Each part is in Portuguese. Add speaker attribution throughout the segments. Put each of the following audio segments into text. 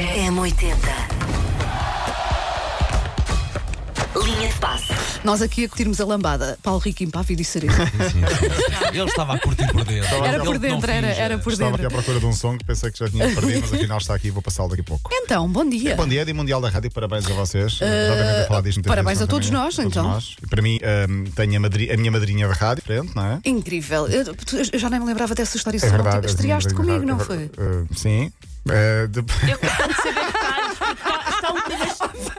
Speaker 1: M80. Linha de passe.
Speaker 2: Nós aqui a curtirmos a lambada. Paulo Rico, impávido e sereno.
Speaker 3: Ele estava a curtir por dentro.
Speaker 2: Era por
Speaker 3: Ele não
Speaker 2: dentro, era,
Speaker 3: finge.
Speaker 2: era por
Speaker 4: Estava aqui à
Speaker 2: dentro.
Speaker 4: procura de um som que pensei que já tinha perdido, mas afinal está aqui e vou passá-lo daqui a pouco.
Speaker 2: Então, bom dia.
Speaker 4: Bom dia, Dia Mundial da Rádio, parabéns a vocês. já devem ter falado disto muitas
Speaker 2: Eh, parabéns
Speaker 4: vezes,
Speaker 2: a
Speaker 4: não
Speaker 2: todos
Speaker 4: tenho?
Speaker 2: nós,
Speaker 4: Todos
Speaker 2: então.
Speaker 4: nós. E para mim, hum, tenho a, madri- a minha madrinha da rádio, frente, não é?
Speaker 2: Incrível. Eu, tu- eu já nem me lembrava dessa história.
Speaker 4: É
Speaker 2: só ontem.
Speaker 4: verdade.
Speaker 2: Estreaste
Speaker 4: a minha
Speaker 2: comigo,
Speaker 4: madrinha
Speaker 2: não
Speaker 4: da
Speaker 2: foi?
Speaker 4: rádio. Uh, sim. Uh, de-
Speaker 5: Eu quero saber detalhes, porque tá- está um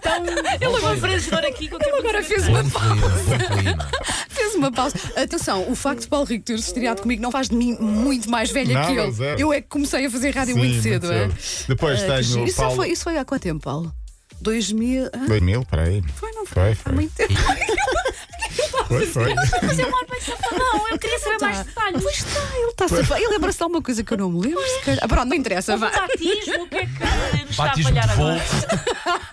Speaker 5: tão Ele constrangedor aqui que eu quero
Speaker 2: Ele agora
Speaker 5: saber
Speaker 2: fez uma,
Speaker 3: Bom clima, bom clima.
Speaker 2: fez uma pausa. Atenção, o facto de Paulo Rico ter estreado comigo não faz de mim muito mais velha
Speaker 4: Nada,
Speaker 2: que eu.
Speaker 4: zero.
Speaker 2: Eu é que comecei a fazer rádio
Speaker 4: Sim,
Speaker 2: muito
Speaker 4: muito
Speaker 2: cedo. é?
Speaker 4: cedo. Depois
Speaker 2: Ah,
Speaker 4: tenho
Speaker 2: que giro.
Speaker 4: o
Speaker 2: isso, já
Speaker 4: Paulo-
Speaker 2: foi, isso foi há quanto tempo, Paulo? 2000. Ah,
Speaker 4: 2000, peraí.
Speaker 2: foi, não
Speaker 4: Foi,
Speaker 2: foi?
Speaker 4: foi.
Speaker 2: Há muito tempo.
Speaker 4: Foi, foi.
Speaker 5: Mas eu moro bem safadão, eu queria saber mais detalhes.
Speaker 2: Pois está, Ah, ele está a safar. Ele lembra-se de alguma coisa que eu não me lembro. Se calhar. Ah, Pronto, não interessa, vá.
Speaker 5: Batismo, o que é que nos está a
Speaker 3: Batismo de É
Speaker 5: falhar agora?
Speaker 3: volta.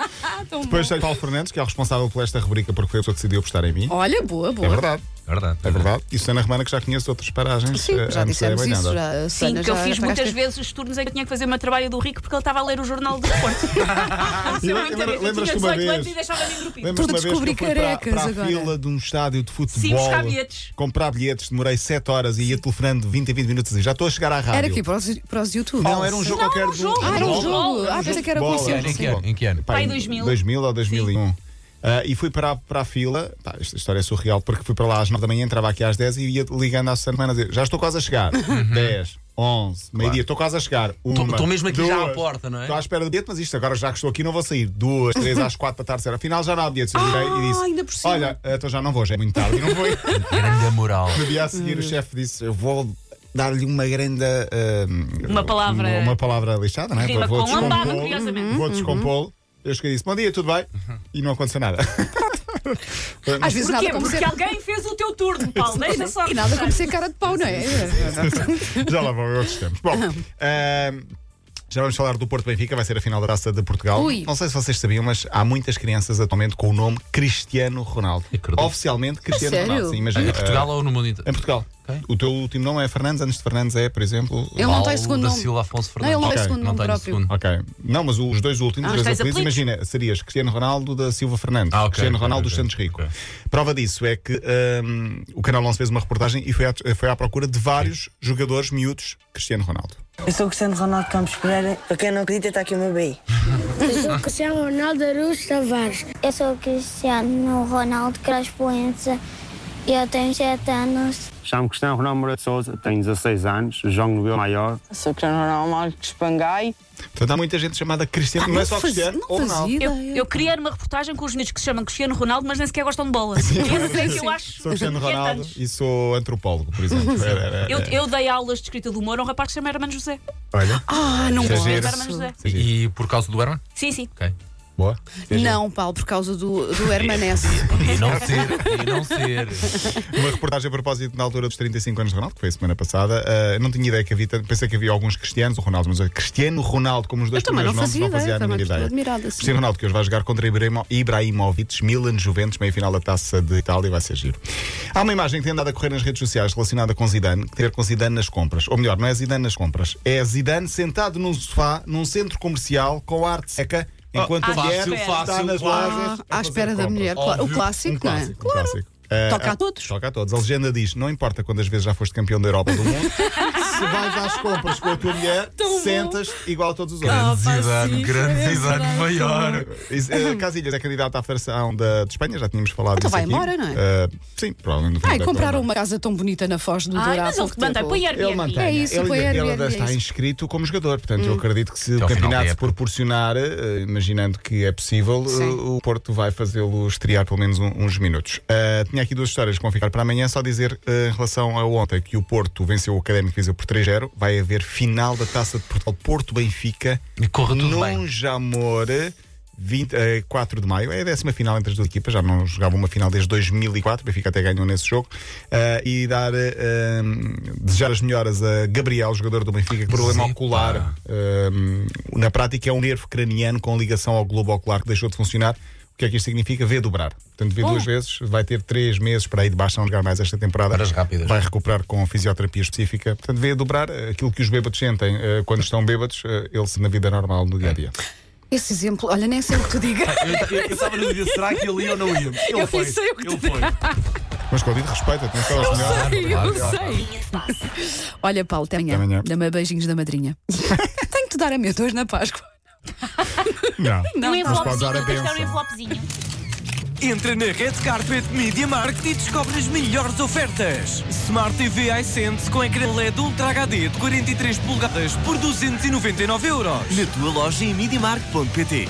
Speaker 4: Depois tenho o Paulo Fernandes, que é o responsável por esta rubrica, porque foi a pessoa que decidiu apostar em mim.
Speaker 2: Olha, boa, boa.
Speaker 4: É verdade,
Speaker 3: Verdade.
Speaker 4: é verdade. E Susana Romana, que já conhece outras paragens.
Speaker 2: Sim,
Speaker 4: eh,
Speaker 2: já
Speaker 4: antes da
Speaker 2: dissemos isso.
Speaker 4: Baiana.
Speaker 2: Já,
Speaker 5: Sim,
Speaker 2: Sana,
Speaker 5: que eu
Speaker 2: já
Speaker 5: fiz
Speaker 2: apagaste-
Speaker 5: muitas vezes os turnos em que eu tinha que fazer o meu trabalho do Rico porque ele estava a ler o jornal do desporto.
Speaker 4: E
Speaker 5: Aconteceu
Speaker 4: lembra-
Speaker 5: muita vez. Eu tinha
Speaker 4: lembras-te uma
Speaker 5: 18 anos
Speaker 4: vez?
Speaker 5: e deixava-me em grupinho.
Speaker 4: Lembras-te
Speaker 2: Estou a
Speaker 4: uma vez que eu
Speaker 2: descobrir
Speaker 4: fui para,
Speaker 2: carecas
Speaker 4: para a
Speaker 2: agora.
Speaker 4: fila de um estádio de futebol.
Speaker 5: Sim, buscar bilhetes.
Speaker 4: Comprar bilhetes, demorei 7 horas e ia telefonando 20 a 20 minutos e já estou a chegar à rádio.
Speaker 2: Era aqui para os, para os YouTube.
Speaker 4: Ah, Não, era um jogo
Speaker 5: Não,
Speaker 4: qualquer.
Speaker 5: era um
Speaker 4: de
Speaker 5: jogo.
Speaker 2: Ah, era um
Speaker 5: Bola.
Speaker 2: jogo. Ah,
Speaker 5: Um
Speaker 2: pensei
Speaker 5: jogo
Speaker 2: que era
Speaker 4: Bola,
Speaker 2: conhecido.
Speaker 3: Em que ano? Em que ano?
Speaker 4: Pá,
Speaker 5: Pá, em 2000.
Speaker 4: 2000 ou 2001. Ah, e fui para, a- para a fila, pá, esta história é surreal, porque fui para lá às 9 da manhã, entrava aqui às 10 e ia ligando à Susana Romana a dizer: Já estou quase a chegar.
Speaker 2: Uhum.
Speaker 4: 10, 11, meio-dia, estou quase a chegar. Uma,
Speaker 3: estou mesmo aqui já à
Speaker 4: duas.
Speaker 3: porta, não é?
Speaker 4: Estou à espera do bilhete, mas isto agora já que estou aqui não vou sair. Duas, três às quatro para tarde, será? Afinal já não há bilhetes. Eu virei e disse:
Speaker 2: Ah, ainda por cima.
Speaker 4: Olha, eh, então já não vou, já é muito tarde, não vou. ir."
Speaker 3: Grande moral.
Speaker 4: No dia a
Speaker 5: Hum.
Speaker 4: seguir, o chefe disse: Eu vou dar-lhe uma grande. ah,
Speaker 5: Uma palavra-
Speaker 4: Uma, uma palavra lixada, não é?
Speaker 5: Rima
Speaker 4: vou
Speaker 5: com lambada,
Speaker 4: descompô-lo,
Speaker 5: curiosamente. Uhum.
Speaker 4: Vou descompô-lo. Eu cheguei e disse: Bom dia, tudo bem? E não aconteceu nada.
Speaker 2: Às vezes
Speaker 5: Porquê?
Speaker 2: nada como
Speaker 5: Porque
Speaker 2: ser.
Speaker 5: alguém fez o teu turno, Paulo. Deixa só.
Speaker 2: E nada como ser cara de pau, não é?
Speaker 4: já lá vão outros tempos. Bom. ah, já vamos falar do Porto Benfica, vai ser a final da taça de Portugal.
Speaker 2: Ui.
Speaker 4: Não sei se vocês sabiam, mas há muitas crianças atualmente com o nome Cristiano Ronaldo.
Speaker 3: Acredito.
Speaker 4: Oficialmente Cristiano
Speaker 2: sério?
Speaker 4: Ronaldo. Sim, imagina.
Speaker 3: Em
Speaker 4: ah,
Speaker 3: É Portugal ou no mundo inteiro?
Speaker 4: Em Portugal.
Speaker 3: Ok.
Speaker 4: O teu último nome é Fernandes, antes de Fernandes é, por
Speaker 5: um
Speaker 4: exemplo.
Speaker 2: Ele não tem
Speaker 3: Paulo
Speaker 2: segundo
Speaker 3: da
Speaker 2: nome.
Speaker 3: Silva Afonso
Speaker 2: Não, ele não tem
Speaker 3: Fernandes. Ok,
Speaker 2: segundo
Speaker 3: não
Speaker 2: nome
Speaker 3: tenho
Speaker 2: próprio.
Speaker 3: segundo.
Speaker 4: Ok. Não, mas os dois últimos,
Speaker 5: Ah, os
Speaker 4: dois
Speaker 5: dois
Speaker 4: apelidos,
Speaker 5: apelidos.
Speaker 4: imagina, serias Cristiano Ronaldo da Silva Fernandes,
Speaker 3: Ah, ok,
Speaker 4: Cristiano
Speaker 3: ok,
Speaker 4: Ronaldo
Speaker 3: ok,
Speaker 4: dos Santos Rico.
Speaker 3: ok.
Speaker 4: Prova disso é que hum, o Canal 11 fez uma reportagem e foi à, foi à procura de vários jogadores miúdos Cristiano Ronaldo.
Speaker 6: Eu sou o Cristiano Ronaldo Campos Pereira. Para quem não acredita, está aqui o meu BI.
Speaker 7: Eu sou o Cristiano Ronaldo Aruz Tavares.
Speaker 8: Eu sou o Cristiano Ronaldo Crespo Enza. Eu tenho 7 anos.
Speaker 9: Chamo-me Cristiano Ronaldo Moura de Souza, tenho 16 anos, jogo no Rio Maior.
Speaker 6: Sou o Cristiano Ronaldo Marcos Pangai.
Speaker 4: Portanto, há muita gente chamada Cristiano, não é só
Speaker 2: fazia,
Speaker 4: Cristiano
Speaker 2: não
Speaker 4: ou
Speaker 2: fazia
Speaker 4: Ronaldo.
Speaker 5: Eu,
Speaker 2: ideia.
Speaker 5: eu criei uma reportagem com os meninos que se chamam Cristiano Ronaldo, mas nem sequer gostam de bola. Isso é que eu acho.
Speaker 4: Sou Cristiano
Speaker 5: inquietante.
Speaker 4: Ronaldo É. e sou antropólogo, por exemplo. Era- era-
Speaker 5: Eu, eu dei aulas de escrita do humor a um rapaz que se chama Hermano José.
Speaker 4: Olha,
Speaker 2: Ah, não
Speaker 4: Exagero.
Speaker 5: Era Hermano
Speaker 2: posso.
Speaker 5: José.
Speaker 3: E, e por causa do Herman?
Speaker 5: Sim, sim.
Speaker 3: Ok.
Speaker 4: boa.
Speaker 2: Não, Paulo, por causa do, do
Speaker 4: É
Speaker 2: Hermanesse.
Speaker 3: E não ser, e não ser.
Speaker 4: Uma reportagem a propósito na altura dos 35 anos de Ronaldo, que foi a semana passada. Ah, não tinha ideia que havia, tanto- pensei que havia alguns cristianos, o Ronaldo, mas o Cristiano Ronaldo, como os dois
Speaker 2: Eu também
Speaker 4: primeiros
Speaker 2: não
Speaker 4: nomes,
Speaker 2: fazia
Speaker 4: não fazia
Speaker 2: ideia,
Speaker 4: a mínima
Speaker 2: também
Speaker 4: ideia.
Speaker 2: fiquei admirada, sim.
Speaker 4: Cristiano Ronaldo, que hoje vai jogar contra Ibrahimo- Ibrahimovic, Milan Juventus, meia final da taça de Itália, vai ser giro. Há uma imagem que tem andado a correr nas redes sociais relacionada com Zidane, que tem a ver com Zidane nas compras. Ou melhor, não é Zidane nas compras, é Zidane sentado num sofá, num centro comercial, com arte seca, enquanto
Speaker 5: Ah,
Speaker 4: a mulher
Speaker 3: fácil,
Speaker 4: está
Speaker 3: fácil,
Speaker 4: nas
Speaker 3: claro.
Speaker 4: lojas. a
Speaker 2: Ah, À
Speaker 4: fazer
Speaker 2: espera da
Speaker 4: compras.
Speaker 2: mulher, claro. É O
Speaker 3: Óbvio.
Speaker 4: Um
Speaker 2: clássico, não é?
Speaker 4: clássico, um clássico. Ah,
Speaker 2: Toca
Speaker 4: há-
Speaker 2: a todos.
Speaker 4: Toca a todos. A legenda diz: não importa quantas vezes já foste campeão da Europa ou do mundo, se vais às compras com a tua mulher,
Speaker 2: bom.
Speaker 4: sentas igual a todos os outros.
Speaker 2: Ah, pá, sim, é verdade.
Speaker 4: Isso, eh, Casilhas é candidato à federação da, de Espanha, já tínhamos falado
Speaker 2: Então
Speaker 4: disso
Speaker 2: vai
Speaker 4: aqui.
Speaker 2: embora, não é?
Speaker 4: Eh, sim, provavelmente.
Speaker 2: Ai, compraram uma casa tão bonita na Foz do
Speaker 5: Ai,
Speaker 2: Dourado.
Speaker 5: mas ele mantém, põe
Speaker 4: Ele
Speaker 5: Airbnb.
Speaker 4: mantém.
Speaker 2: É isso,
Speaker 4: ele,
Speaker 2: foi
Speaker 4: ele
Speaker 2: Airbnb,
Speaker 4: ainda
Speaker 2: é
Speaker 4: está
Speaker 2: isso. Hum.
Speaker 4: inscrito como jogador, portanto, eu acredito que se
Speaker 3: Até
Speaker 4: o
Speaker 3: ao final
Speaker 4: campeonato
Speaker 3: da
Speaker 4: se
Speaker 3: época.
Speaker 4: proporcionar, eh, imaginando que é possível, eh,
Speaker 2: Sim.
Speaker 4: o Porto vai fazê-lo estrear pelo menos um- uns minutos. Ah, tinha aqui duas histórias que vão ficar para amanhã, só dizer eh, em relação a ontem que o Porto venceu o Académico Viseu por 3-0, vai haver final da Taça de Portugal Porto-Benfica
Speaker 3: E corra tudo
Speaker 4: num
Speaker 3: bem.
Speaker 4: Jamor. 20, eh, 4 de maio, é a décima final entre as duas equipas, já não jogava uma final desde 2004, o Benfica até ganhou nesse jogo. Ah, e dar, eh, ehm, desejar as melhoras a Gabriel, jogador do Benfica, que problema
Speaker 3: Zipa.
Speaker 4: ocular. ehm, na prática, é um nervo craniano com ligação ao globo ocular que deixou de funcionar. O que é que isto significa? Vê dobrar. Portanto, vê duas vezes, vai ter três meses para ir de baixo, não jogar mais esta temporada.
Speaker 3: Horas rápidas.
Speaker 4: Vai recuperar com fisioterapia específica.
Speaker 3: É.
Speaker 4: Portanto, vê dobrar eh, aquilo que os bêbados sentem eh, quando estão bêbados, eh, ele se na vida normal, no dia a dia.
Speaker 2: Esse exemplo, olha, nem sei o que tu digas.
Speaker 10: Eu estava no dia, será que ele ia ou não ia? Ele
Speaker 2: Eu
Speaker 10: foi.
Speaker 2: nem sei o que
Speaker 10: ele
Speaker 2: tu
Speaker 10: foi.
Speaker 4: Mas com o devido respeito, atenção aos melhores.
Speaker 2: Ai, eu
Speaker 10: Claro, claro.
Speaker 2: sei.
Speaker 11: Linha de passe.
Speaker 2: Olha, Paulo, até amanhã.
Speaker 4: Até amanhã.
Speaker 2: Dá-me beijinhos da madrinha. Tenho que te dar a minha hoje na Páscoa.
Speaker 4: Não.
Speaker 5: Um
Speaker 4: pode
Speaker 5: envelopezinho,
Speaker 4: dar a
Speaker 5: vou
Speaker 4: benção.
Speaker 5: gastar um envelopezinho.
Speaker 9: Entra na Red Carpet Media Market e descobre as melhores ofertas. Smart TV iSense com ecrã LED Ultra HD de 43 polegadas por 299 euros. Na tua loja em MediaMarkt.pt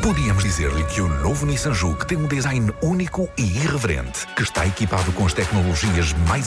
Speaker 3: Podíamos dizer-lhe que o novo Nissan Juke tem um design único e irreverente, que está equipado com as tecnologias mais